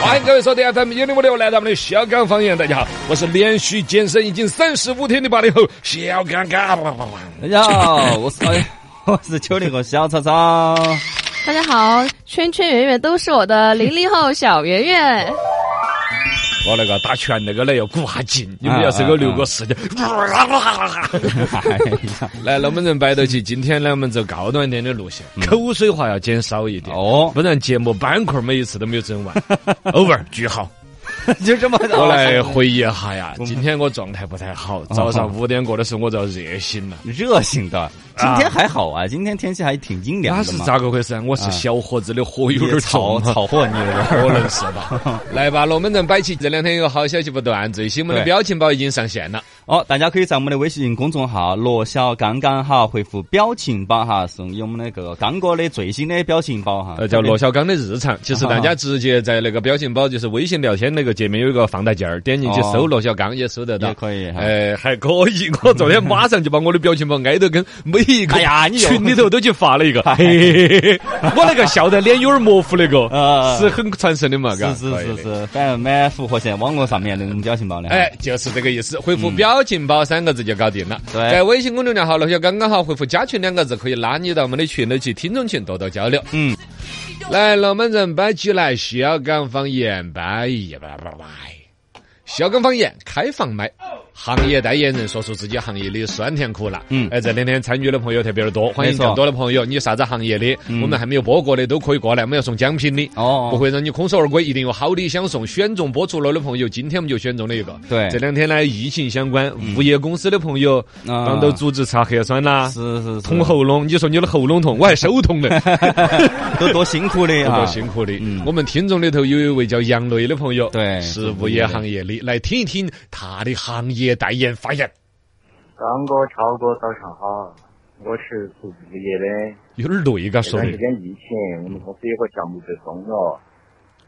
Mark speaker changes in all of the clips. Speaker 1: 欢迎各位收听 FM 一零五六，来到我们的小刚方言。大家好，我是连续健身已经三十五天的八零后小刚刚。
Speaker 2: 大家好，哎我是哎，我是九零后小曹 操。
Speaker 3: 大家好，圈圈圆圆都是我的零零后小圆圆。
Speaker 1: 我那个打拳那个呢要鼓下劲，你们要是给我留个时间。
Speaker 2: 哎呀，
Speaker 1: 来，龙门阵摆到起，今天呢我们走高端一点的路线，口水话要减少一点
Speaker 2: 嗯哦
Speaker 1: 不然节目板块每一次都没有整 完。over 句号。
Speaker 2: 就这么
Speaker 1: 我来回忆一下呀，今天我状态不太好，早上五点过的时候我遭热醒了。
Speaker 2: 热性
Speaker 4: 啊
Speaker 2: 的。今天还好啊，今天天气还挺阴凉
Speaker 1: 那
Speaker 2: 的
Speaker 1: 是
Speaker 2: 嘛。
Speaker 1: 咋个回事啊？我是小伙子的火有点
Speaker 2: 草
Speaker 1: 重啊。
Speaker 2: 草货你有点
Speaker 1: 可能是 吧。来吧，龙门阵摆起，这两天有个好消息不断，最新我们的
Speaker 2: 对
Speaker 1: 表情包已经上线了。
Speaker 2: 哦，大家可以在我们的微信公众号“罗小刚刚”哈，回复“表情包”哈，送给我们那个刚哥的最新的表情包哈。
Speaker 1: 呃，叫罗小刚的日常。其实大家直接在那个表情包，就是微信聊天那个界面有一个放大镜儿，点进去
Speaker 2: 哦
Speaker 1: 搜罗小刚也搜得到
Speaker 2: 也。可以哈
Speaker 1: 哎，还可以。我昨天马上就把我的表情包挨着跟每一个
Speaker 2: 哎呀你又
Speaker 1: 群里头都去发了 一个，嘿嘿嘿嘿我那个笑得脸有点模糊那 个
Speaker 2: 啊，
Speaker 1: 是很传神的嘛，嘎
Speaker 2: 是是
Speaker 1: 可以
Speaker 2: 是
Speaker 1: 的
Speaker 2: 是，反正蛮符合现在网络上面那种表情包的。
Speaker 1: 哎，，就是这个意思。回复“表情包”三个字就搞定了。
Speaker 2: 嗯对
Speaker 1: 在微信公众号“楼下刚刚好”回复“加群”两个字，可以拉你到我们的群里去，听众群多多交流。
Speaker 2: 嗯，
Speaker 1: 来，龙门阵摆起来，小港方言摆一摆摆摆。小港方言开放麦，行业代言人说出自己行业的酸甜苦辣。
Speaker 2: 嗯
Speaker 1: 哎，这两天参与的朋友特别的多，欢迎
Speaker 2: 没错嗯
Speaker 1: 更多的朋友。你啥子行业的，我们还没有播过的都可以过来，我们要送奖品的。
Speaker 2: 哦
Speaker 1: 不会让你空手而归，一定有好礼相送。选中播出了的朋友，今天我们就选中了一个。
Speaker 2: 对嗯
Speaker 1: 这两天呢，疫情相关，物业公司的朋友
Speaker 2: 啊
Speaker 1: 帮到组织查核酸啦，
Speaker 2: 是是是，
Speaker 1: 捅喉咙。你说你的喉咙痛，我还手痛 呢，
Speaker 2: 啊都多辛苦的
Speaker 1: 有
Speaker 2: 哈
Speaker 1: 多。辛苦的。我们听众里头有一位叫杨磊的朋友，
Speaker 2: 嗯对
Speaker 1: 是物业行业的，来听一听他的行业代言发言，
Speaker 5: 刚哥、超哥，早上好，我是做物业的。
Speaker 1: 有点累，嘎
Speaker 5: 这
Speaker 1: 说
Speaker 5: 段
Speaker 1: 的
Speaker 5: 时间疫情，我们公司有个项目被封了，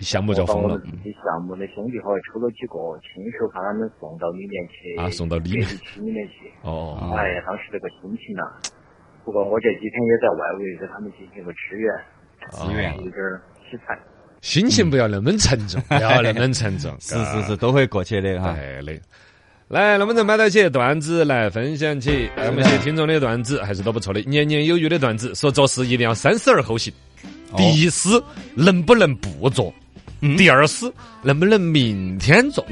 Speaker 1: 项目
Speaker 5: 我
Speaker 1: 遭
Speaker 5: 把
Speaker 1: 封
Speaker 5: 我
Speaker 1: 了
Speaker 5: 们。自己项目的兄弟伙抽了几个，亲手把他们送到里面去，
Speaker 1: 啊送到里面
Speaker 5: 去里面去。
Speaker 1: 哦，
Speaker 5: 哎呀，当时这个心情呐、不过我这几天也在外围给他们进行个支援，啊
Speaker 2: 自愿
Speaker 5: 有点儿凄惨。
Speaker 1: 心情不要那么沉重，不要那么沉重。
Speaker 2: 是
Speaker 1: 嘎
Speaker 2: 是是，都会过去的哈。
Speaker 1: 对嘞。哎来，能不能买到起段子来分享起？哎我们些听众的段子还是多不错的，年年有余的段子。说做事一定要三思而后行。第一思，能不能不做？第二思，能不能明天做？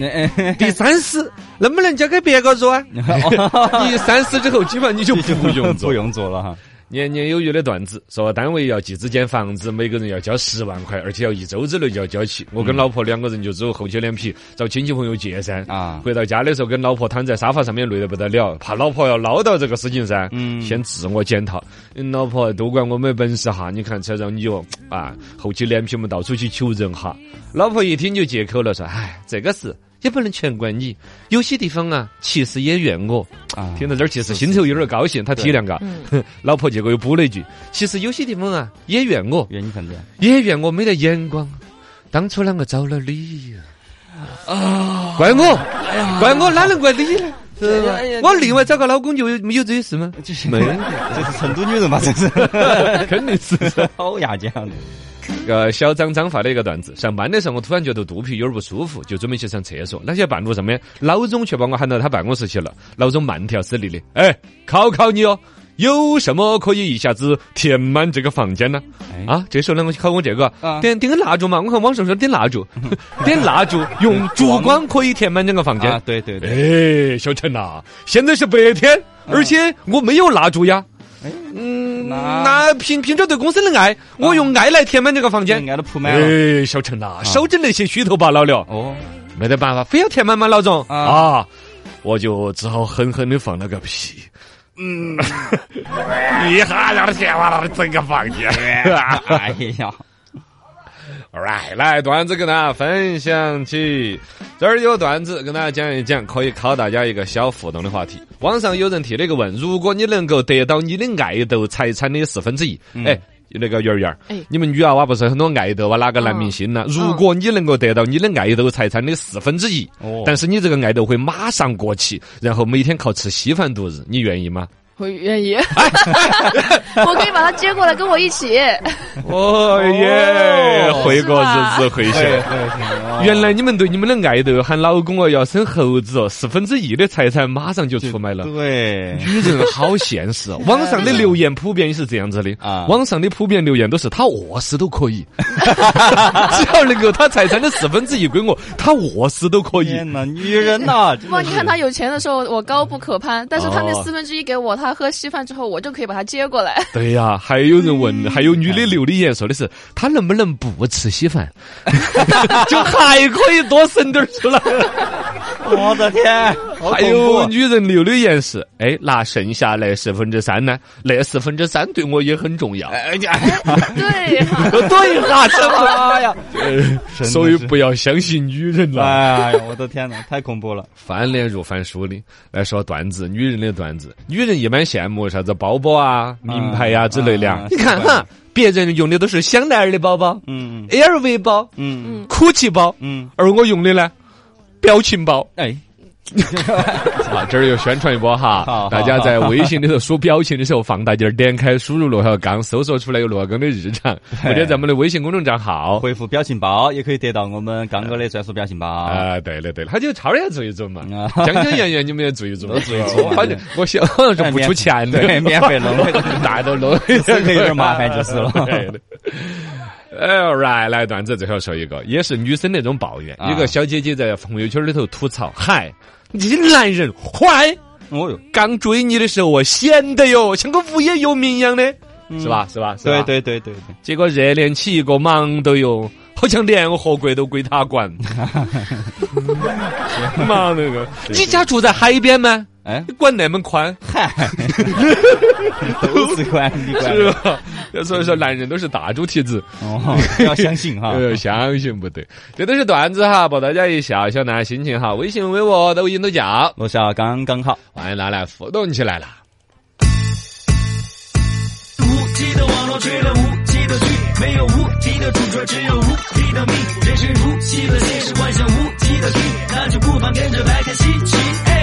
Speaker 1: 第三思，能不能交给别个做 啊？你三思之后，基本上你就不用做
Speaker 2: 不。用做了哈。
Speaker 1: 年年有余的段子，说单位要集资建房子，每个人要交十万块，而且要一周之内就要交齐。我
Speaker 2: 嗯
Speaker 1: 跟老婆两个人就只有厚起脸皮找亲戚朋友借噻。
Speaker 2: 啊
Speaker 1: 回到家的时候跟老婆躺在沙发上面累得不得了，怕老婆要唠叨这个事情噻。
Speaker 2: 嗯
Speaker 1: 先自我检讨，嗯，老婆都怪我没本事哈，你看才让你哦啊厚起脸皮我们到处去求人哈。老婆一听就借口了，说哎这个事。也不能全怪你，有些地方啊，其实也怨我。
Speaker 2: 啊，
Speaker 1: 听到这儿，其实心头有点高兴，他体谅嘎。
Speaker 2: 嗯
Speaker 1: 老婆结果又补了一句：“其实有些地方啊，也怨我，
Speaker 2: 原因很多。
Speaker 1: 也怨我没得眼光，当初啷个找了你呀？啊，怪我，怪我，哪能怪你呢？是吧
Speaker 2: 哎呀
Speaker 1: 我另外找个老公就有没有这些事吗？没，
Speaker 2: 这是成都女人嘛，这是
Speaker 1: 肯定是。
Speaker 2: 好牙尖的。
Speaker 1: 呃，小张张发的一个段子：上班的时候，我突然觉得肚皮有点不舒服，就准备去上厕所。那些半路上面，老总却把我喊到他办公室去了。老总慢条斯理的，哎，考考你哦，有什么可以一下子填满这个房间呢？
Speaker 2: 哎
Speaker 1: 啊，这时候呢，我就考我这个
Speaker 2: 啊，
Speaker 1: 点点个蜡烛嘛，我看网上说点蜡 烛，点蜡烛用烛光可以填满整个房间
Speaker 2: 啊，。对对对，
Speaker 1: 哎，小陈呐、现在是白天，而且我没有蜡烛呀。嗯，
Speaker 2: 那
Speaker 1: 那凭凭着对公司的爱，我用
Speaker 2: 啊
Speaker 1: 爱来填满这个房间
Speaker 2: 应。该都铺满了。
Speaker 1: 哎，小陈呐、少整那些虚头巴脑了，
Speaker 2: 哦，
Speaker 1: 没得办法，非要填满嘛，老总
Speaker 2: 啊
Speaker 1: 啊，我就只好狠狠的放了个屁。 嗯，一下让他填完了整个房间。
Speaker 2: 哎呀，
Speaker 1: Alright，来段子跟大家分享起。这儿有段子跟大家讲一讲，可以考大家一个小互动的话题。网上有人提了一个问：如果你能够得到你的爱豆财产的四分之一，哎。那个圆圆儿
Speaker 3: 哎，
Speaker 1: 你们女娃娃不是很多爱豆啊？哪个男明星呢？如果你能够得到你的爱豆财产的四分之一
Speaker 2: 哦，
Speaker 1: 但是你这个爱豆会马上过期，然后每天靠吃稀饭度日，你愿意吗？
Speaker 3: 我愿 意，我可以把他接过来跟我一起。
Speaker 1: 哦耶，会过日子会
Speaker 2: 对
Speaker 1: 些。
Speaker 2: 啊
Speaker 1: 原来你们对你们的爱豆喊老公哦，要生猴子哦，四分之一的财产马上就出卖了。
Speaker 2: 对，
Speaker 1: 女人好现实 哦，网上的留言普遍也是这样子的
Speaker 2: 啊
Speaker 1: 网上的普遍留言都是他饿死都 可以，只要能够他财产的四分之一归我，他饿死都可以。
Speaker 2: 天 哪，女人呐，真
Speaker 3: 哇，
Speaker 2: 的
Speaker 3: 你
Speaker 2: 是
Speaker 3: 看他有钱的时候，我高不可攀，但是他那
Speaker 1: 哦
Speaker 3: 四分之一给我，他喝稀饭之后，我就可以把他接过 来。
Speaker 1: 对呀、还有人问，还有女的留的言说的是，她能不能不吃稀饭， 就还可以多省点儿出来。
Speaker 2: 我的 天，好
Speaker 1: 还
Speaker 2: 恐怖啊
Speaker 1: 有女人留的言是，哎，拿剩下那四分之三呢？那四分之三对我也很重要。
Speaker 2: 哎啊呀，
Speaker 3: 对呀、
Speaker 1: 对啦，什么 呀？
Speaker 2: 的是
Speaker 1: 呃所以不要相信女人啦。
Speaker 2: 哎呀，我的天哪，太恐怖了！
Speaker 1: 翻脸如翻书的来说段子，女人的段子，女人一般羡慕啥子包包啊、名牌呀、之类的啊
Speaker 2: 啊。
Speaker 1: 你看哈，别人用的都是香奈儿的包包、
Speaker 2: 嗯
Speaker 1: LV 包、
Speaker 2: 嗯
Speaker 1: GUCCI 包，
Speaker 2: 嗯，
Speaker 1: 而我用的呢，表情包。
Speaker 2: 哎，
Speaker 1: 啊，这儿又宣传一波哈
Speaker 2: 好，
Speaker 1: 大家在微信里头输表情的时候放大点儿，点开输入罗小刚，搜索出来有罗小刚的日常，或者咱们的微信公众账号。
Speaker 2: 回复表情包也可以得到我们刚哥的专属表情包。
Speaker 1: 啊，对了对了，他就超人做一做嘛
Speaker 2: 嗯啊，
Speaker 1: 江江圆圆你们也做一做，
Speaker 2: 都做一做
Speaker 1: 我反正我想好像是不出钱的，
Speaker 2: 对哎免 费弄的
Speaker 1: 那都弄，
Speaker 2: 这个有点麻烦就是 了
Speaker 1: 对的。All right，来段子最后说一个，也是女生那种抱怨，
Speaker 2: 啊
Speaker 1: 一个小姐姐在朋友圈里头吐槽：“嗨，你这些男人坏。”
Speaker 2: 哦哟，
Speaker 1: 刚追你的时候，我显得哟像个无业游民一样的，是吧？是吧？是吧
Speaker 2: 嗯对。对对对对，
Speaker 1: 结果热恋期一个忙的哟，好像联合国都归他管。 妈那个，你家住在海边吗？
Speaker 2: 哎
Speaker 1: 你，管那么宽，
Speaker 2: 都是管理管
Speaker 1: 是吧？所以说，男人都是大猪蹄子，
Speaker 2: 哦，要相信 哈。
Speaker 1: 呃，相信不得。这都是段子哈，博大家一笑，小男心情哈。微信、微博、抖音都叫，
Speaker 2: 罗小刚刚好，
Speaker 1: 欢迎拿来互动起来了。
Speaker 4: 无极的网络追了无极的剧，没有无敌的主角，只有无敌的命。人生如戏的现实，幻想无极的 key，那就不妨跟着来看稀奇。哎。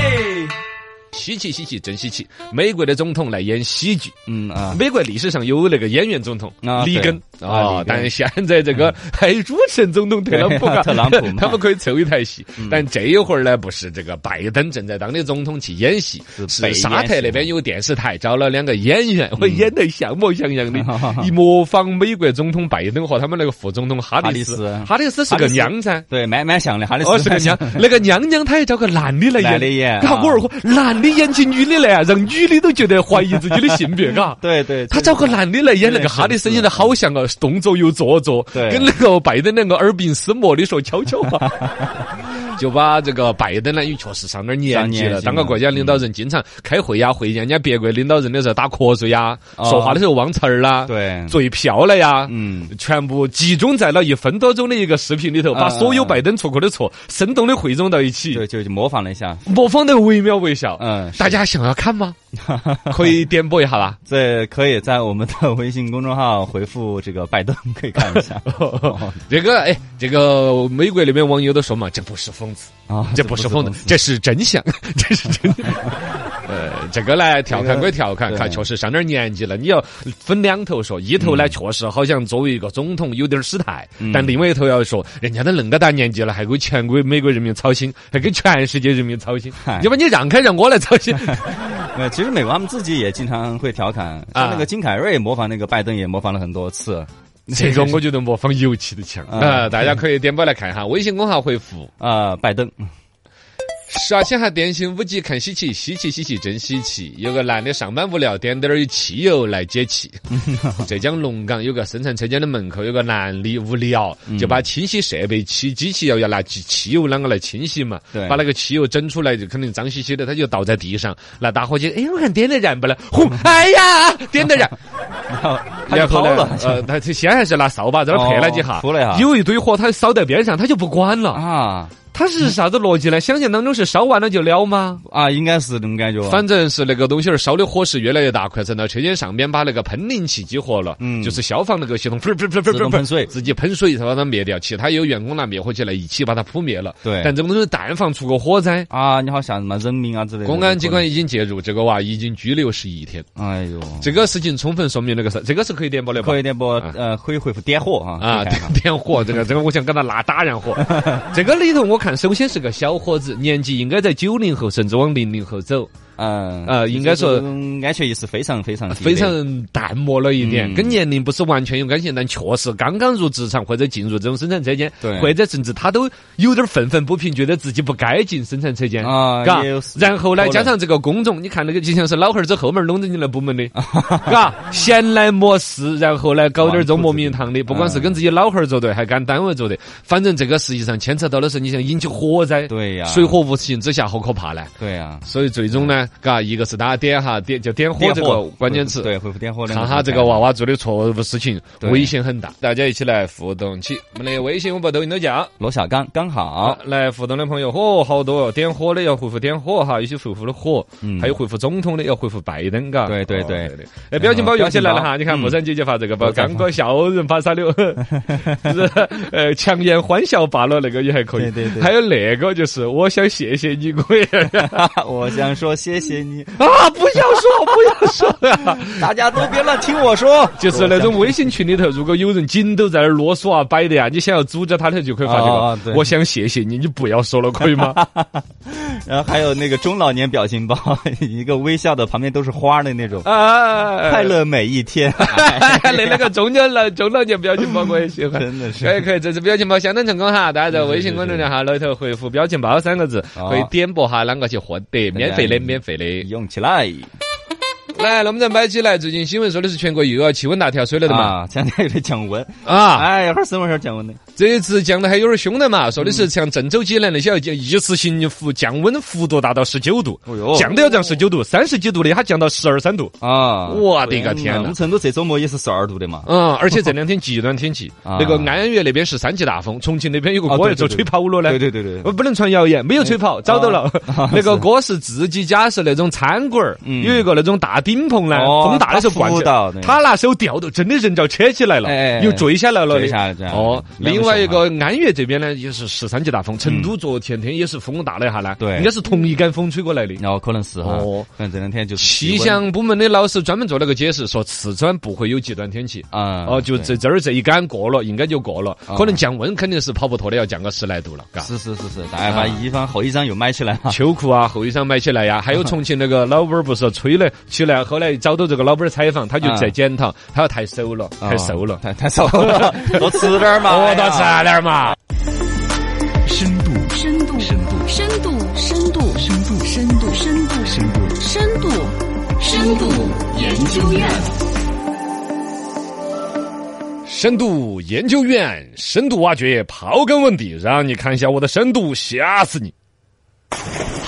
Speaker 1: 稀奇稀奇，真稀奇！美国的总统来演喜剧，
Speaker 2: 嗯啊，
Speaker 1: 美国历史上有那个演员总统
Speaker 2: 啊
Speaker 1: 里根
Speaker 2: 对啊
Speaker 1: 啊
Speaker 2: 里根，嗯
Speaker 1: 但现在这个还有主持人总统特朗普啊，
Speaker 2: 对特朗普嘛 嗯
Speaker 1: 他们可以凑一台戏。但这一会儿呢，不是这个拜登正在当的总统去演戏，
Speaker 2: 是
Speaker 1: 是
Speaker 2: 被
Speaker 1: 沙
Speaker 2: 演嗯
Speaker 1: 特
Speaker 2: 戏，
Speaker 1: 那边有电视台找了两个演员，我演得像模像样的 一模仿美国总统拜登和他们那个副总统哈里斯
Speaker 2: 哈
Speaker 1: 哈里
Speaker 2: 里斯。
Speaker 1: 斯是
Speaker 2: 哈
Speaker 1: 个
Speaker 2: 里斯
Speaker 1: 娘噻。
Speaker 2: 对，蛮蛮像的，哈里
Speaker 1: 哦，
Speaker 2: 斯
Speaker 1: 是个 娘，那个娘娘她也找个男的来演，
Speaker 2: 男的演
Speaker 1: 嘎，
Speaker 2: 啊。
Speaker 1: 我二货，男的演起女的来啊，让女的都觉得怀疑自己的性别，嘎
Speaker 2: 对对，
Speaker 1: 他找个男的来演那个哈里森，演的好像啊，动作又做作，
Speaker 2: 对
Speaker 1: 跟那个拜登那个耳鬓厮磨的说悄悄 话，就把这个拜登呢，因为确实上点年纪
Speaker 2: 上年纪
Speaker 1: 了，
Speaker 2: 了
Speaker 1: 当个国家领导人，经常开会呀，会见人家别国领导人的时候打瞌睡呀，
Speaker 2: 哦
Speaker 1: 说话的时候忘词儿啦，
Speaker 2: 对，
Speaker 1: 嘴瓢了呀，
Speaker 2: 嗯，
Speaker 1: 全部集中在了一分多钟的一个视频里头，把
Speaker 2: 啊
Speaker 1: 所有拜登出过的错生动的汇总到一起
Speaker 2: 就，就就模仿了一下，
Speaker 1: 模仿的惟妙惟肖。
Speaker 2: 嗯，是
Speaker 1: 大家想要看 吗？可以点播一下吧。
Speaker 2: 这可以在我们的微信公众号回复这个拜登，可以看 一下。哦
Speaker 1: 这个哎，这个美国那边网友都说嘛，这不是讽刺，
Speaker 2: 啊，
Speaker 1: 这不是讽刺，这是真相，这是真相。 呃，这个呢，调侃归调侃，
Speaker 2: 对
Speaker 1: 看确实上点年纪了。你要分两头说，一头
Speaker 2: 嗯
Speaker 1: 呢确实好像作为一个总统有点失态，但另外一头要说，人家都恁个大年纪了，还给全国美国人民操心，还给全世界人民操心
Speaker 2: 嗨，
Speaker 1: 要不你让开让我来操心。
Speaker 2: 呃，其实美国他们自己也经常会调侃，
Speaker 1: 啊
Speaker 2: 像那个金凯瑞模仿那个拜登也模仿了很多次。
Speaker 1: 这个我觉得模仿尤其的强
Speaker 2: 啊
Speaker 1: 啊！大家可以点播来看一下，微信公号回复
Speaker 2: 啊，拜登，
Speaker 1: 刷新下电信五 G 看稀奇，稀奇稀奇真稀奇。有个男的上班无聊，点点儿汽油来解 气。浙江龙岗有个生产车间的门口有个男的无聊，
Speaker 2: 嗯
Speaker 1: 就把清洗设备器机器要要拿汽汽油啷个来清洗嘛
Speaker 2: 对，
Speaker 1: 把那个汽油整出来就肯定脏兮兮的，他就倒在地上，拿打火机，哎，我看点得燃不了，轰，哎呀，点得燃，
Speaker 2: 然后 他就
Speaker 1: 然
Speaker 2: 跑
Speaker 1: 后呢
Speaker 2: 了，
Speaker 1: 呃，他先还是拿扫把在那儿拍了几
Speaker 2: 哦
Speaker 1: 下，
Speaker 2: 扑了一下
Speaker 1: 有一堆火，他扫在边上，他就不管了。
Speaker 2: 啊
Speaker 1: 他是啥子逻辑呢？想象当中是烧完了就了吗？
Speaker 2: 啊，应该是那种感觉。
Speaker 1: 反正是那个东西儿烧的火势越来越大，快成到车间上边把那个喷淋器激活了，
Speaker 2: 嗯
Speaker 1: 就是消防那个系统，喷喷喷
Speaker 2: 自动喷水
Speaker 1: 自己喷水才把它灭掉，其他也有员工拿灭火器来一起把它扑灭了。
Speaker 2: 对
Speaker 1: 但这个东西但凡出个火灾，
Speaker 2: 啊，你好像什么人命啊之类的。
Speaker 1: 公安机关已经介入，这个娃已经拘留十一天。
Speaker 2: 哎呦，
Speaker 1: 这个事情充分说明那个事，这个是可以点播的吧
Speaker 2: 可？以点不？呃，可以回复点火啊
Speaker 1: 啊，
Speaker 2: 可以
Speaker 1: 点
Speaker 2: 看一下
Speaker 1: 点火，这个 这个，我想跟他拿打燃火。这个里头，我看首先是个小伙子，年纪应该在九零后，甚至往零零后走，
Speaker 2: 嗯
Speaker 1: 呃应该说
Speaker 2: 这种安全意识非常非常低的
Speaker 1: 非常淡漠了一点，
Speaker 2: 嗯
Speaker 1: 跟年龄不是完全有关系，但确实刚刚入职场或者进入这种生产车间
Speaker 2: 对，
Speaker 1: 或者甚至他都有点愤愤不平，觉得自己不该进生产车间。
Speaker 2: 啊，
Speaker 1: 嘎
Speaker 2: 也有，是
Speaker 1: 然后呢，
Speaker 2: 可能
Speaker 1: 加上这个工种，你看那个就像是老汉儿走后门儿拢着你那部门的， 嘎，闲来没事，然后呢搞点儿这种莫名堂的，不光是跟自己老汉儿作对，还跟单位作对，反正这个实际上牵扯到的是你想引起火灾，
Speaker 2: 对呀
Speaker 1: 水火无情之下好可怕呢。
Speaker 2: 对啊呀，
Speaker 1: 所以最终呢，嘎，一个是大家点哈点就点火
Speaker 2: 点
Speaker 1: 这个关键
Speaker 2: 回复
Speaker 1: 词，
Speaker 2: 对，回复点火。
Speaker 1: 看哈这个娃，娃做的错误事情，
Speaker 2: 对
Speaker 1: 危险很大，大家一起来互动起。我们的微信、微博、抖音都讲。
Speaker 2: 罗小刚刚好
Speaker 1: 好，，来互动的朋友，哦，好多哦！点火的要回复点火哈，有些回复的火，
Speaker 2: 嗯
Speaker 1: 还有回复总统的要回复拜登，嘎。
Speaker 2: 对对
Speaker 1: 哦
Speaker 2: 对
Speaker 1: 的哎，表情包用起来了哈！
Speaker 2: 嗯
Speaker 1: 你看，莫山姐姐发这个包，
Speaker 2: 我在
Speaker 1: 刚哥笑人发傻的， 是呃，强颜欢笑罢了，那个也还可以。
Speaker 2: 对对对
Speaker 1: 还有那个就是，我想谢谢你贵人
Speaker 2: 我想说谢谢你，
Speaker 1: 啊！不要说，不要说啊！
Speaker 2: 大家都别乱听我说，
Speaker 1: 就是那种微信群里头，如果有人紧都在那儿啰嗦啊、摆的啊，你想要阻止他的，就可以发这
Speaker 2: 哦对
Speaker 1: 个。我想谢谢你，你不要说了，可以吗？
Speaker 2: 然后还有那个中老年表情包，一个微笑的旁边都是花的那种，
Speaker 1: 啊，
Speaker 2: 快。乐每一天，
Speaker 1: 哎那那个中年老中老年表情包我也喜欢。
Speaker 2: 真的是
Speaker 1: 可以可以，这次表情包相当成功哈！大家在微信公众号里头回复“表情包”三个字，
Speaker 2: 哦
Speaker 1: 可以点播哈，啷个去获得？免费的，免费的。
Speaker 2: 用起来
Speaker 1: 来，能不能摆起来？最近新闻说的是全国又要气温大跳水了的嘛？
Speaker 2: 啊！前两天有点降温，
Speaker 1: 啊，
Speaker 2: 哎，一会儿什么时候降温呢？
Speaker 1: 这一次降的还有点凶的嘛，说的是像郑州、济南那些要一次性幅降温幅度达到十九度，
Speaker 2: 哦哟
Speaker 1: 降都要降十九度，三十几度的它降到十二三度。
Speaker 2: 啊！
Speaker 1: 我的个天哪
Speaker 2: 我们成都这周末也是十二度的嘛，
Speaker 1: 嗯， 而且这两天极端天气，
Speaker 2: 啊
Speaker 1: 那个安岳那边是三级大风，重庆那边有个
Speaker 2: 哦
Speaker 1: 歌
Speaker 2: 对
Speaker 1: 儿就
Speaker 2: 对
Speaker 1: 吹跑了呢。
Speaker 2: 对对对对，
Speaker 1: 我不能传谣言，没有吹跑，找到了。
Speaker 2: 哦
Speaker 1: 那个哥是自己家是那种餐馆儿，
Speaker 2: 嗯
Speaker 1: 有一个那种大顶棚呢，
Speaker 2: 哦
Speaker 1: 风大的时候
Speaker 2: 他
Speaker 1: 灌
Speaker 2: 扶
Speaker 1: 起
Speaker 2: 到那
Speaker 1: 来，
Speaker 2: 个
Speaker 1: 他拿手吊到，真的人遭扯起来了
Speaker 2: 哎哎，哎
Speaker 1: 又坠下来了
Speaker 2: 坠下来
Speaker 1: 的
Speaker 2: 这。样
Speaker 1: 哦，
Speaker 2: 两个
Speaker 1: 另外一
Speaker 2: 手嗯
Speaker 1: 个安岳这边呢，也是十三级大风，成都昨天天也是风大了一下呢，
Speaker 2: 对嗯
Speaker 1: 应该是同一杆风吹过来的。
Speaker 2: 然后可能是哈
Speaker 1: 哦，
Speaker 2: 反正这两天就是
Speaker 1: 气
Speaker 2: 气温
Speaker 1: 象部门的老师专门做了个解释，说四川不会有极端天气。
Speaker 2: 啊，
Speaker 1: 哦，就
Speaker 2: 对
Speaker 1: 这这儿这一杆过了，应该就过了。
Speaker 2: 啊
Speaker 1: 可能降温肯定是跑不脱的，要降个十来度了，嘎。
Speaker 2: 是是是是，大家把一方后一张又买起来哈。
Speaker 1: 秋裤啊，后衣裳买起来呀、还有重庆那个老板儿不是吹了起来，后来找到这个老板儿采访，他就在检讨，他要太瘦了，
Speaker 2: 哦
Speaker 1: 太瘦了，
Speaker 2: 太太瘦了，多吃点儿嘛，
Speaker 1: 哦，多吃点儿嘛。
Speaker 4: 深度，
Speaker 6: 深度，
Speaker 4: 深度，
Speaker 6: 深度，深度，
Speaker 4: 深度，
Speaker 6: 深度，深度，
Speaker 4: 深度。
Speaker 6: 深度，深度研究院。
Speaker 1: 深度研究院深度挖掘刨根问底，让你看一下我的深度，吓死你！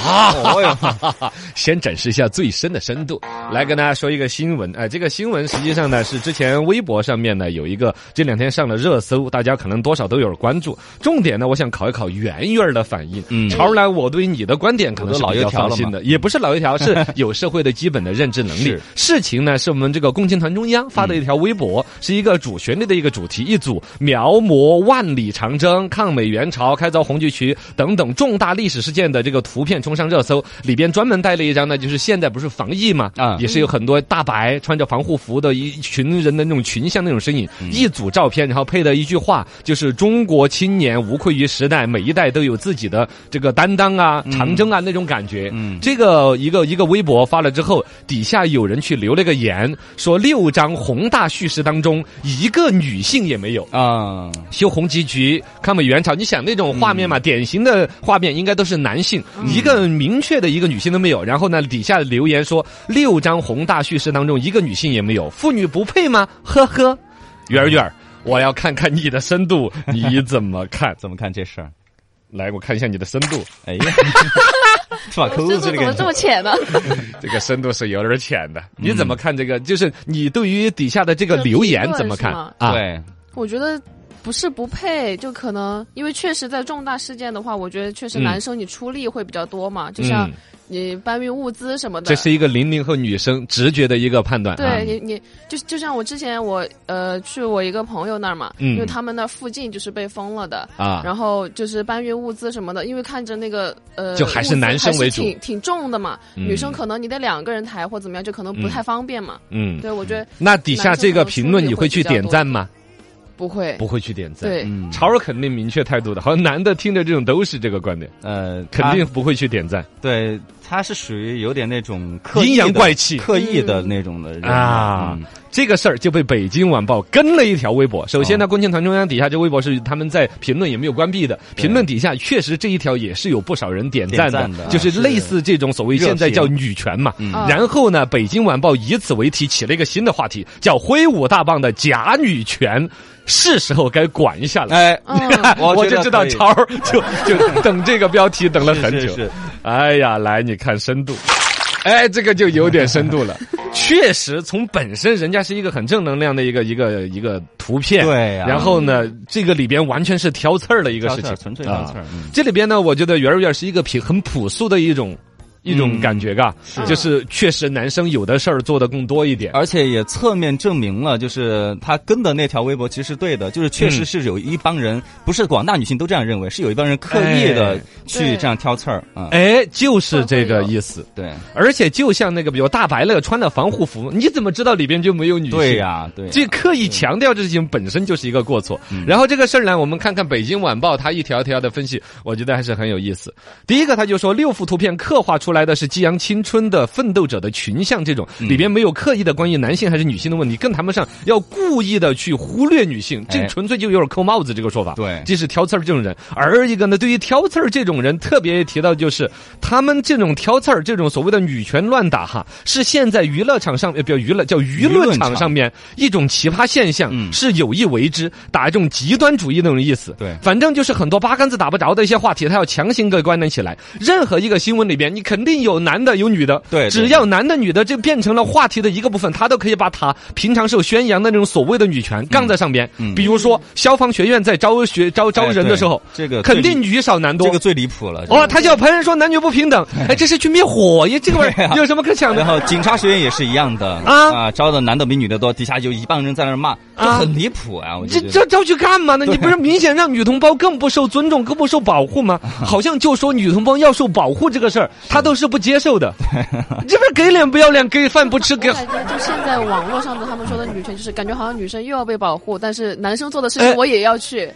Speaker 1: 啊，
Speaker 2: 哦哟
Speaker 1: 哈哈哈！ 先展示一下最深的深度，来跟大家说一个新闻。哎、这个新闻实际上呢是之前微博上面呢有一个这两天上了热搜，大家可能多少都有点关注。重点呢，我想考一考圆圆儿的反应。
Speaker 2: 嗯
Speaker 1: 超然，我对你的观点可能是
Speaker 2: 我都老
Speaker 1: 比较
Speaker 2: 油条了
Speaker 1: 放心
Speaker 2: 嘛
Speaker 1: 的，也不是老油 条，是有社会的基本的认知能力
Speaker 2: 啊是。
Speaker 1: 事情呢是我们这个共青团中央发的一条微
Speaker 2: 嗯
Speaker 1: 博，是一个主旋律的一个主题，一组描摹万里长征、抗美援朝、开凿红旗渠等等重大历史事件的这个图片冲上热搜，里边专门带了一张呢，就是现在不是防疫嘛，
Speaker 2: 啊
Speaker 1: 也是有很多大白穿着防护服的一群人的那种群像那种身影，一组照片，然后配的一句话，就是中国青年无愧于时代，每一代都有自己的这个担当啊、长征啊那种感觉。
Speaker 2: 嗯
Speaker 1: 这个一个一个微博发了之后，底下有人去留了个言，说六张宏大叙事当中一个女性也没有。
Speaker 2: 啊，？
Speaker 1: 修红旗渠、抗美援朝，你想那种画面嘛？典型的画面应该都是男性，嗯一个明确的一个女性都没有。然后呢，底下留言说六张宏大叙事当中一个女性也没有，妇女不配吗？呵呵，圆儿圆儿，我要看看你的深度，你怎么看
Speaker 2: 怎么看这事儿？
Speaker 1: 来，我看一下你的深度。
Speaker 2: 哎呀，是吧？
Speaker 3: 深度
Speaker 2: 口子的
Speaker 3: 怎么
Speaker 2: 感
Speaker 3: 这么
Speaker 2: 觉。
Speaker 3: 浅呢？
Speaker 1: 这个深度是有点浅的。嗯你怎么看这个？就是你对于底下的这个
Speaker 3: 这个
Speaker 1: 留
Speaker 3: 评
Speaker 1: 言
Speaker 3: 论
Speaker 1: 怎么
Speaker 3: 是
Speaker 1: 看
Speaker 3: 吗
Speaker 1: 啊？
Speaker 2: 对，
Speaker 3: 我觉得不是不配，就可能因为确实在重大事件的话，我觉得确实
Speaker 1: 嗯
Speaker 3: 男生你出力会比较多嘛，就
Speaker 1: 嗯
Speaker 3: 像你搬运物资什么的。
Speaker 1: 这是一个零零后女生直觉的一个判断啊
Speaker 3: 对。你，你就就像我之前我呃去我一个朋友那儿嘛，
Speaker 1: 嗯
Speaker 3: 因为他们那附近就是被封了的，
Speaker 1: 啊，
Speaker 3: 然后就是搬运物资什么的，因为看着那个呃，
Speaker 1: 就还是男生为主
Speaker 3: 物资还是挺挺重的嘛。
Speaker 1: 嗯
Speaker 3: 女生可能你得两个人抬或怎么样，就可能不太方便嘛。
Speaker 1: 嗯，
Speaker 3: 对，我觉得
Speaker 1: 那底下这个评论你会去点赞吗？
Speaker 3: 不会，
Speaker 1: 不会去点赞。，
Speaker 3: 对，
Speaker 2: 嗯，
Speaker 1: 超儿肯定明确态度的，好像男的听着这种都是这个观点，
Speaker 2: 呃，
Speaker 1: 嗯肯定不会去点赞，
Speaker 2: 他对，他是属于有点那种刻意
Speaker 1: 阴阳
Speaker 2: 的
Speaker 1: 怪气。
Speaker 2: 刻意的那种的人
Speaker 1: 啊
Speaker 2: 嗯
Speaker 1: 这个事儿就被北京晚报跟了一条微博。首先呢，共青团中央底下这微博是他们在评论也没有关闭的，
Speaker 2: 对
Speaker 1: 评论底下确实这一条也是有不少人点赞的啊
Speaker 2: 点赞，的
Speaker 1: 就是
Speaker 2: 是
Speaker 1: 类似这种所谓现在叫女权嘛。
Speaker 2: 嗯
Speaker 3: 啊
Speaker 1: 然后呢，北京晚报以此为题起了一个新的话题，叫“挥舞大棒的假女权”，是时候该管一下了。
Speaker 2: 哎，
Speaker 3: 嗯
Speaker 2: 我觉得
Speaker 1: 就知道
Speaker 2: 可以
Speaker 1: 超儿 就就等这个标题等了很久。
Speaker 2: 是是
Speaker 1: 哎呀，来你看深度，哎，这个就有点深度了。 确实，从本身人家是一个很正能量的一个一个一个图片，
Speaker 2: 对呀
Speaker 1: 然后呢，这个里边完全是挑刺儿的一个事情
Speaker 2: 挑刺儿，纯粹挑刺儿
Speaker 1: 啊
Speaker 2: 嗯
Speaker 1: 这里边呢，我觉得圆儿圆儿是一个平很朴素的一种。一种感觉，嘎，嗯就是啊确实男生有的事儿做的更多一点，
Speaker 2: 而且也侧面证明了，就是他跟的那条微博其实是对的，就是确
Speaker 1: 嗯
Speaker 2: 实是有一帮人，不是广大女性都这样认为，是有一帮人刻意的
Speaker 1: 哎
Speaker 2: 去这样挑刺儿啊。
Speaker 1: 哎，就是这个
Speaker 3: 会有
Speaker 1: 意思。
Speaker 2: 对，
Speaker 1: 而且就像那个，比如大白乐穿了防护服，你怎么知道里边就没有女性？
Speaker 2: 对呀，对呀，啊
Speaker 1: 这刻意强调这事情本身就是一个过错。
Speaker 2: 嗯
Speaker 1: 然后这个事儿呢，我们看看北京晚报它一条条的分析，我觉得还是很有意思。第一个，他就说六幅图片刻画出来的是激扬青春的奋斗者的群像，这种
Speaker 2: 嗯
Speaker 1: 里边没有刻意的关于男性还是女性的问题，更谈不上要故意的去忽略女性，这
Speaker 2: 哎
Speaker 1: 纯粹就有点扣帽子这个说法。
Speaker 2: 对
Speaker 1: 这是挑刺儿这种人。而一个呢，对于挑刺儿这种人，特别提到就是他们这种挑刺儿这种所谓的女权乱打哈，是现在娱乐场上呃，不叫娱乐叫娱
Speaker 2: 舆论
Speaker 1: 论场
Speaker 2: 场
Speaker 1: 上面一种奇葩现象，
Speaker 2: 嗯
Speaker 1: 是有意为之，打一种极端主义那种意思。
Speaker 2: 对
Speaker 1: 反正就是很多八竿子打不着的一些话题，他要强行给关联起来。任何一个新闻里边，你肯定有男的有女的，
Speaker 2: 对对
Speaker 1: 只要男的女的这变成了话题的一个部分，他都可以把他平常受宣扬的那种所谓的女权杠在上边。
Speaker 2: 嗯
Speaker 1: 比如说消防学院在招学招招
Speaker 2: 哎
Speaker 1: 人的
Speaker 2: 对
Speaker 1: 时候，
Speaker 2: 这个
Speaker 1: 肯
Speaker 2: 最
Speaker 1: 定
Speaker 2: 离
Speaker 1: 女少男多。
Speaker 2: 这个最离谱了。
Speaker 1: 哦，他就要喷说男女不平等，哎，这是去灭 火呀，这个玩意
Speaker 2: 对
Speaker 1: 儿
Speaker 2: 啊
Speaker 1: 有什么可抢的
Speaker 2: 然？后警察学院也是一样的
Speaker 1: 啊
Speaker 2: 啊，招的男的比女的多，底下有一帮人在那儿骂，这
Speaker 1: 啊
Speaker 2: 很离谱啊！我
Speaker 1: 这
Speaker 2: 就觉得
Speaker 1: 这招去干嘛呢？你不是明显让女同胞更不受尊重、更不受保护 吗？好像就说女同胞要受保护这个事儿，她都是不接受 的。这不是给脸不要脸，给饭不吃，给
Speaker 3: 我感觉就现在网络上的他们说的女权，就是感觉好像女生又要被保护，但是男生做的事
Speaker 1: 哎
Speaker 3: 情我也要去，就是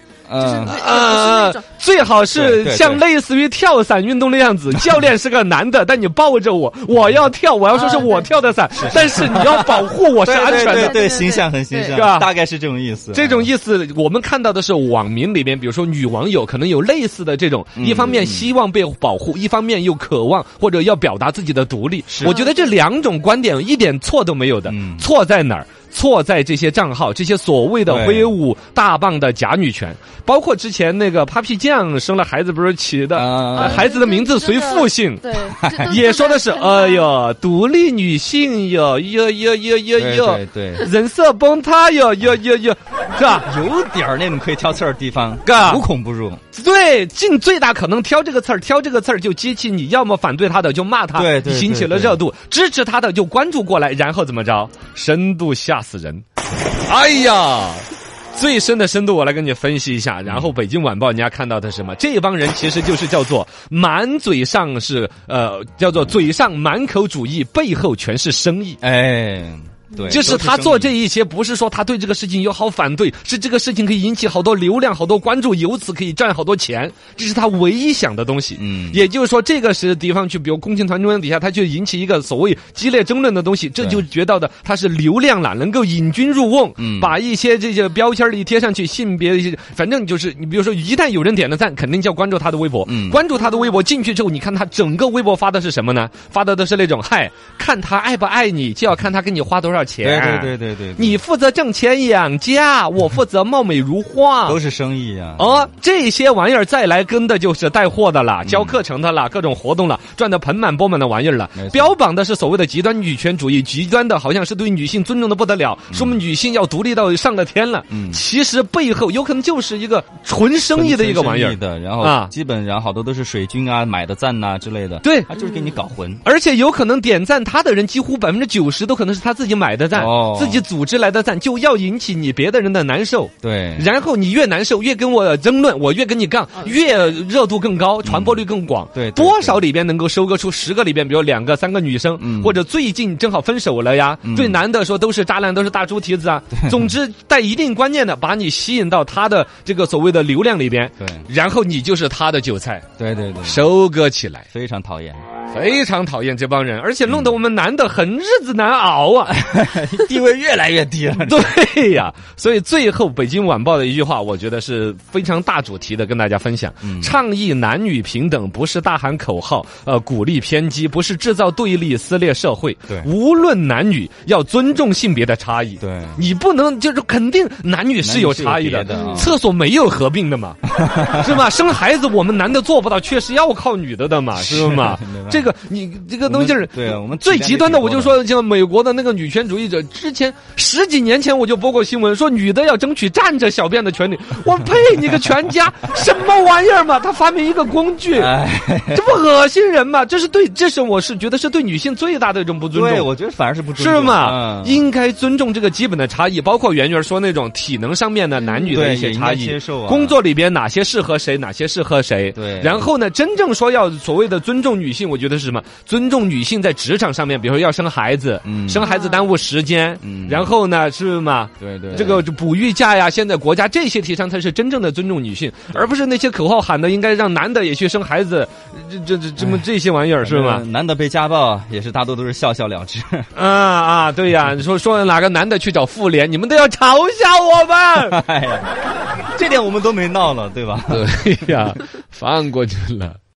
Speaker 2: 嗯
Speaker 3: 那也不是那
Speaker 1: 呃
Speaker 3: 种。，
Speaker 1: 最好是
Speaker 2: 对对
Speaker 1: 像类似于跳伞运动那样子，教练是个男的，但你抱着我，我要跳，我要
Speaker 2: 啊
Speaker 1: 说是我跳的伞，但是你要保护 我是
Speaker 2: 对
Speaker 1: 安全
Speaker 2: 对
Speaker 1: 的
Speaker 2: 对。对，
Speaker 3: 对
Speaker 2: 形象很形象
Speaker 1: 对是吧，
Speaker 2: 大概是这种意思。啊
Speaker 1: 这种意思，我们看到的是网民里边，比如说女网友，可能有类似的这种，
Speaker 2: 嗯
Speaker 1: 一方面希望被保护，一方面又渴望或者要表达自己的独立。我觉得这两种观点一点错都没有的，
Speaker 2: 嗯
Speaker 1: 错在哪儿？错在这些账号，这些所谓的
Speaker 2: 对
Speaker 1: 挥舞大棒的假女权，包括之前那个 Papi 酱生了孩子不是起的、
Speaker 2: 啊
Speaker 1: 呃孩子的名字随父姓。
Speaker 3: 对，这都
Speaker 1: 也说的是，
Speaker 3: 都在
Speaker 1: 哎呦，独立女性哟，哟哟哟哟
Speaker 2: 对
Speaker 1: 哟，
Speaker 2: 对对，
Speaker 1: 人设崩塌哟，哟哟哟，是吧？
Speaker 2: 有点儿那种可以挑刺儿的地方，
Speaker 1: 嘎
Speaker 2: 无孔不入。
Speaker 1: 对，尽最大可能挑这个刺儿，挑这个刺儿就激起你要么反对他的就骂他，
Speaker 2: 对对
Speaker 1: 引起了热度；支持他的就关注过来，然后怎么着？深度吓死人！哎呀，最深的深度我来跟你分析一
Speaker 2: 嗯
Speaker 1: 下。然后北京晚报人家看到的是什么？这帮人其实就是叫做满嘴上是呃叫做嘴上满口主义，背后全是生意。
Speaker 2: 哎，对，
Speaker 1: 就是
Speaker 2: 都
Speaker 1: 他做这
Speaker 2: 生意，
Speaker 1: 一些，不是说他对这个事情有好反对，是这个事情可以引起好多流量、好多关注，由此可以赚好多钱，这是他唯一想的东西。
Speaker 2: 嗯，
Speaker 1: 也就是说，这个是地方去，比如共青团中央底下，他去引起一个所谓激烈争论的东西，这就觉得的他是流量了，能够引君入瓮，
Speaker 2: 嗯
Speaker 1: 把一些这些标签儿一贴上去，性别一些，反正就是你比如说，一旦有人点了赞，肯定就要关注他的微博，
Speaker 2: 嗯
Speaker 1: 关注他的微博进去之后，你看他整个微博发的是什么呢？发的都是那种嗨，看他爱不爱你，就要看他给你花多少少钱。
Speaker 2: 对对对对对
Speaker 1: 你负责挣钱养 家，我负责貌美如花。
Speaker 2: 都是生意啊。
Speaker 1: 哦，这些玩意儿再来跟的就是带货的
Speaker 2: 嗯
Speaker 1: 啦，教课程的啦，各种活动啦，赚的盆满钵满的玩意儿了
Speaker 2: 没错。
Speaker 1: 标榜的是所谓的极端女权主义，极端的好像是对女性尊重的不得了，说我们女性要独立到上了天了。
Speaker 2: 嗯
Speaker 1: 其实背后有可能就是一个纯生意的一个玩意
Speaker 2: 纯
Speaker 1: 儿
Speaker 2: 生意。的，然后
Speaker 1: 啊
Speaker 2: 基本上好多都是水军啊、买的赞呐、之类的，
Speaker 1: 对
Speaker 2: 他就是给你搞混。
Speaker 1: 而且有可能点赞他的人，几乎百分之九十都可能是他自己买的赞，
Speaker 2: 哦
Speaker 1: 自己组织来的赞，就要引起你别的人的难受。
Speaker 2: 对，
Speaker 1: 然后你越难受，越跟我争论，我越跟你杠，越热度更高，传播率更广。
Speaker 2: 啊嗯对对
Speaker 1: 多少里边能够收割出十个里边，比如两个、三个女生，
Speaker 2: 嗯
Speaker 1: 或者最近正好分手了呀，
Speaker 2: 嗯
Speaker 1: 对男的说都是渣男，都是大猪蹄子啊。总之，带一定观念的，把你吸引到他的这个所谓的流量里边，
Speaker 2: 对
Speaker 1: 然后你就是他的韭菜，
Speaker 2: 对对对，
Speaker 1: 收割起来。
Speaker 2: 非常讨厌，
Speaker 1: 非常讨厌这帮人，而且弄
Speaker 2: 嗯
Speaker 1: 得我们男的很日子难熬啊。
Speaker 2: 地位越来越低了。
Speaker 1: 对呀，所以最后《北京晚报》的一句话，我觉得是非常大主题的，跟大家分享：
Speaker 2: 嗯
Speaker 1: 倡议男女平等，不是大喊口号，呃，鼓励偏激，不是制造对立、撕裂社会。
Speaker 2: 对
Speaker 1: 无论男女，要尊重性别的差异。
Speaker 2: 对
Speaker 1: 你不能就是肯定男女是有差异的，
Speaker 2: 男女是有别的啊
Speaker 1: 厕所没有合并的 嘛，是吧？生孩子我们男的做不到，确实要靠女的的嘛，是 嘛
Speaker 2: 没办法？
Speaker 1: 这个你这个东西儿
Speaker 2: 我们，对我们
Speaker 1: 最极端的，我就
Speaker 2: 体谅力挺
Speaker 1: 说
Speaker 2: 多
Speaker 1: 像美国的那个女权主义者，之前十几年前我就播过新闻，说女的要争取站着小便的 权利。我呸！你个全家什么玩意儿嘛？他发明一个工具，
Speaker 2: 哎，
Speaker 1: 这不恶心人嘛？这是对，这是我是觉得是对女性最大的一种不尊
Speaker 2: 对，
Speaker 1: 重。
Speaker 2: 我觉得反而是不尊重
Speaker 1: 是吗？
Speaker 2: 嗯
Speaker 1: 应该尊重这个基本的差异，包括圆圆说那种体能上面的男女的
Speaker 2: 对
Speaker 1: 一些
Speaker 2: 也应
Speaker 1: 差
Speaker 2: 该
Speaker 1: 异，
Speaker 2: 接受啊
Speaker 1: 工作里边哪些适合谁，哪些适合谁。
Speaker 2: 对
Speaker 1: 然后呢，真正说要所谓的尊重女性，我觉得是什么？尊重女性在职场上面，比如说要生孩子，
Speaker 2: 嗯
Speaker 1: 生孩子耽误时间，
Speaker 2: 嗯
Speaker 1: 然后呢，是吗？
Speaker 2: 对对
Speaker 1: 这个就哺育假呀，现在国家这些提倡才是真正的尊重女性，而不是那些口号喊的应该让男的也去生孩子，这这这这么
Speaker 2: 哎
Speaker 1: 这些玩意儿是吗？
Speaker 2: 呃男的被家暴也是大多都是笑笑了 之。
Speaker 1: 啊啊，对 呀、你说说哪个男的去找妇联，你们都要嘲笑我 们。
Speaker 2: 哎呀，这点我们都没闹了，对吧？
Speaker 1: 对呀、放过去了。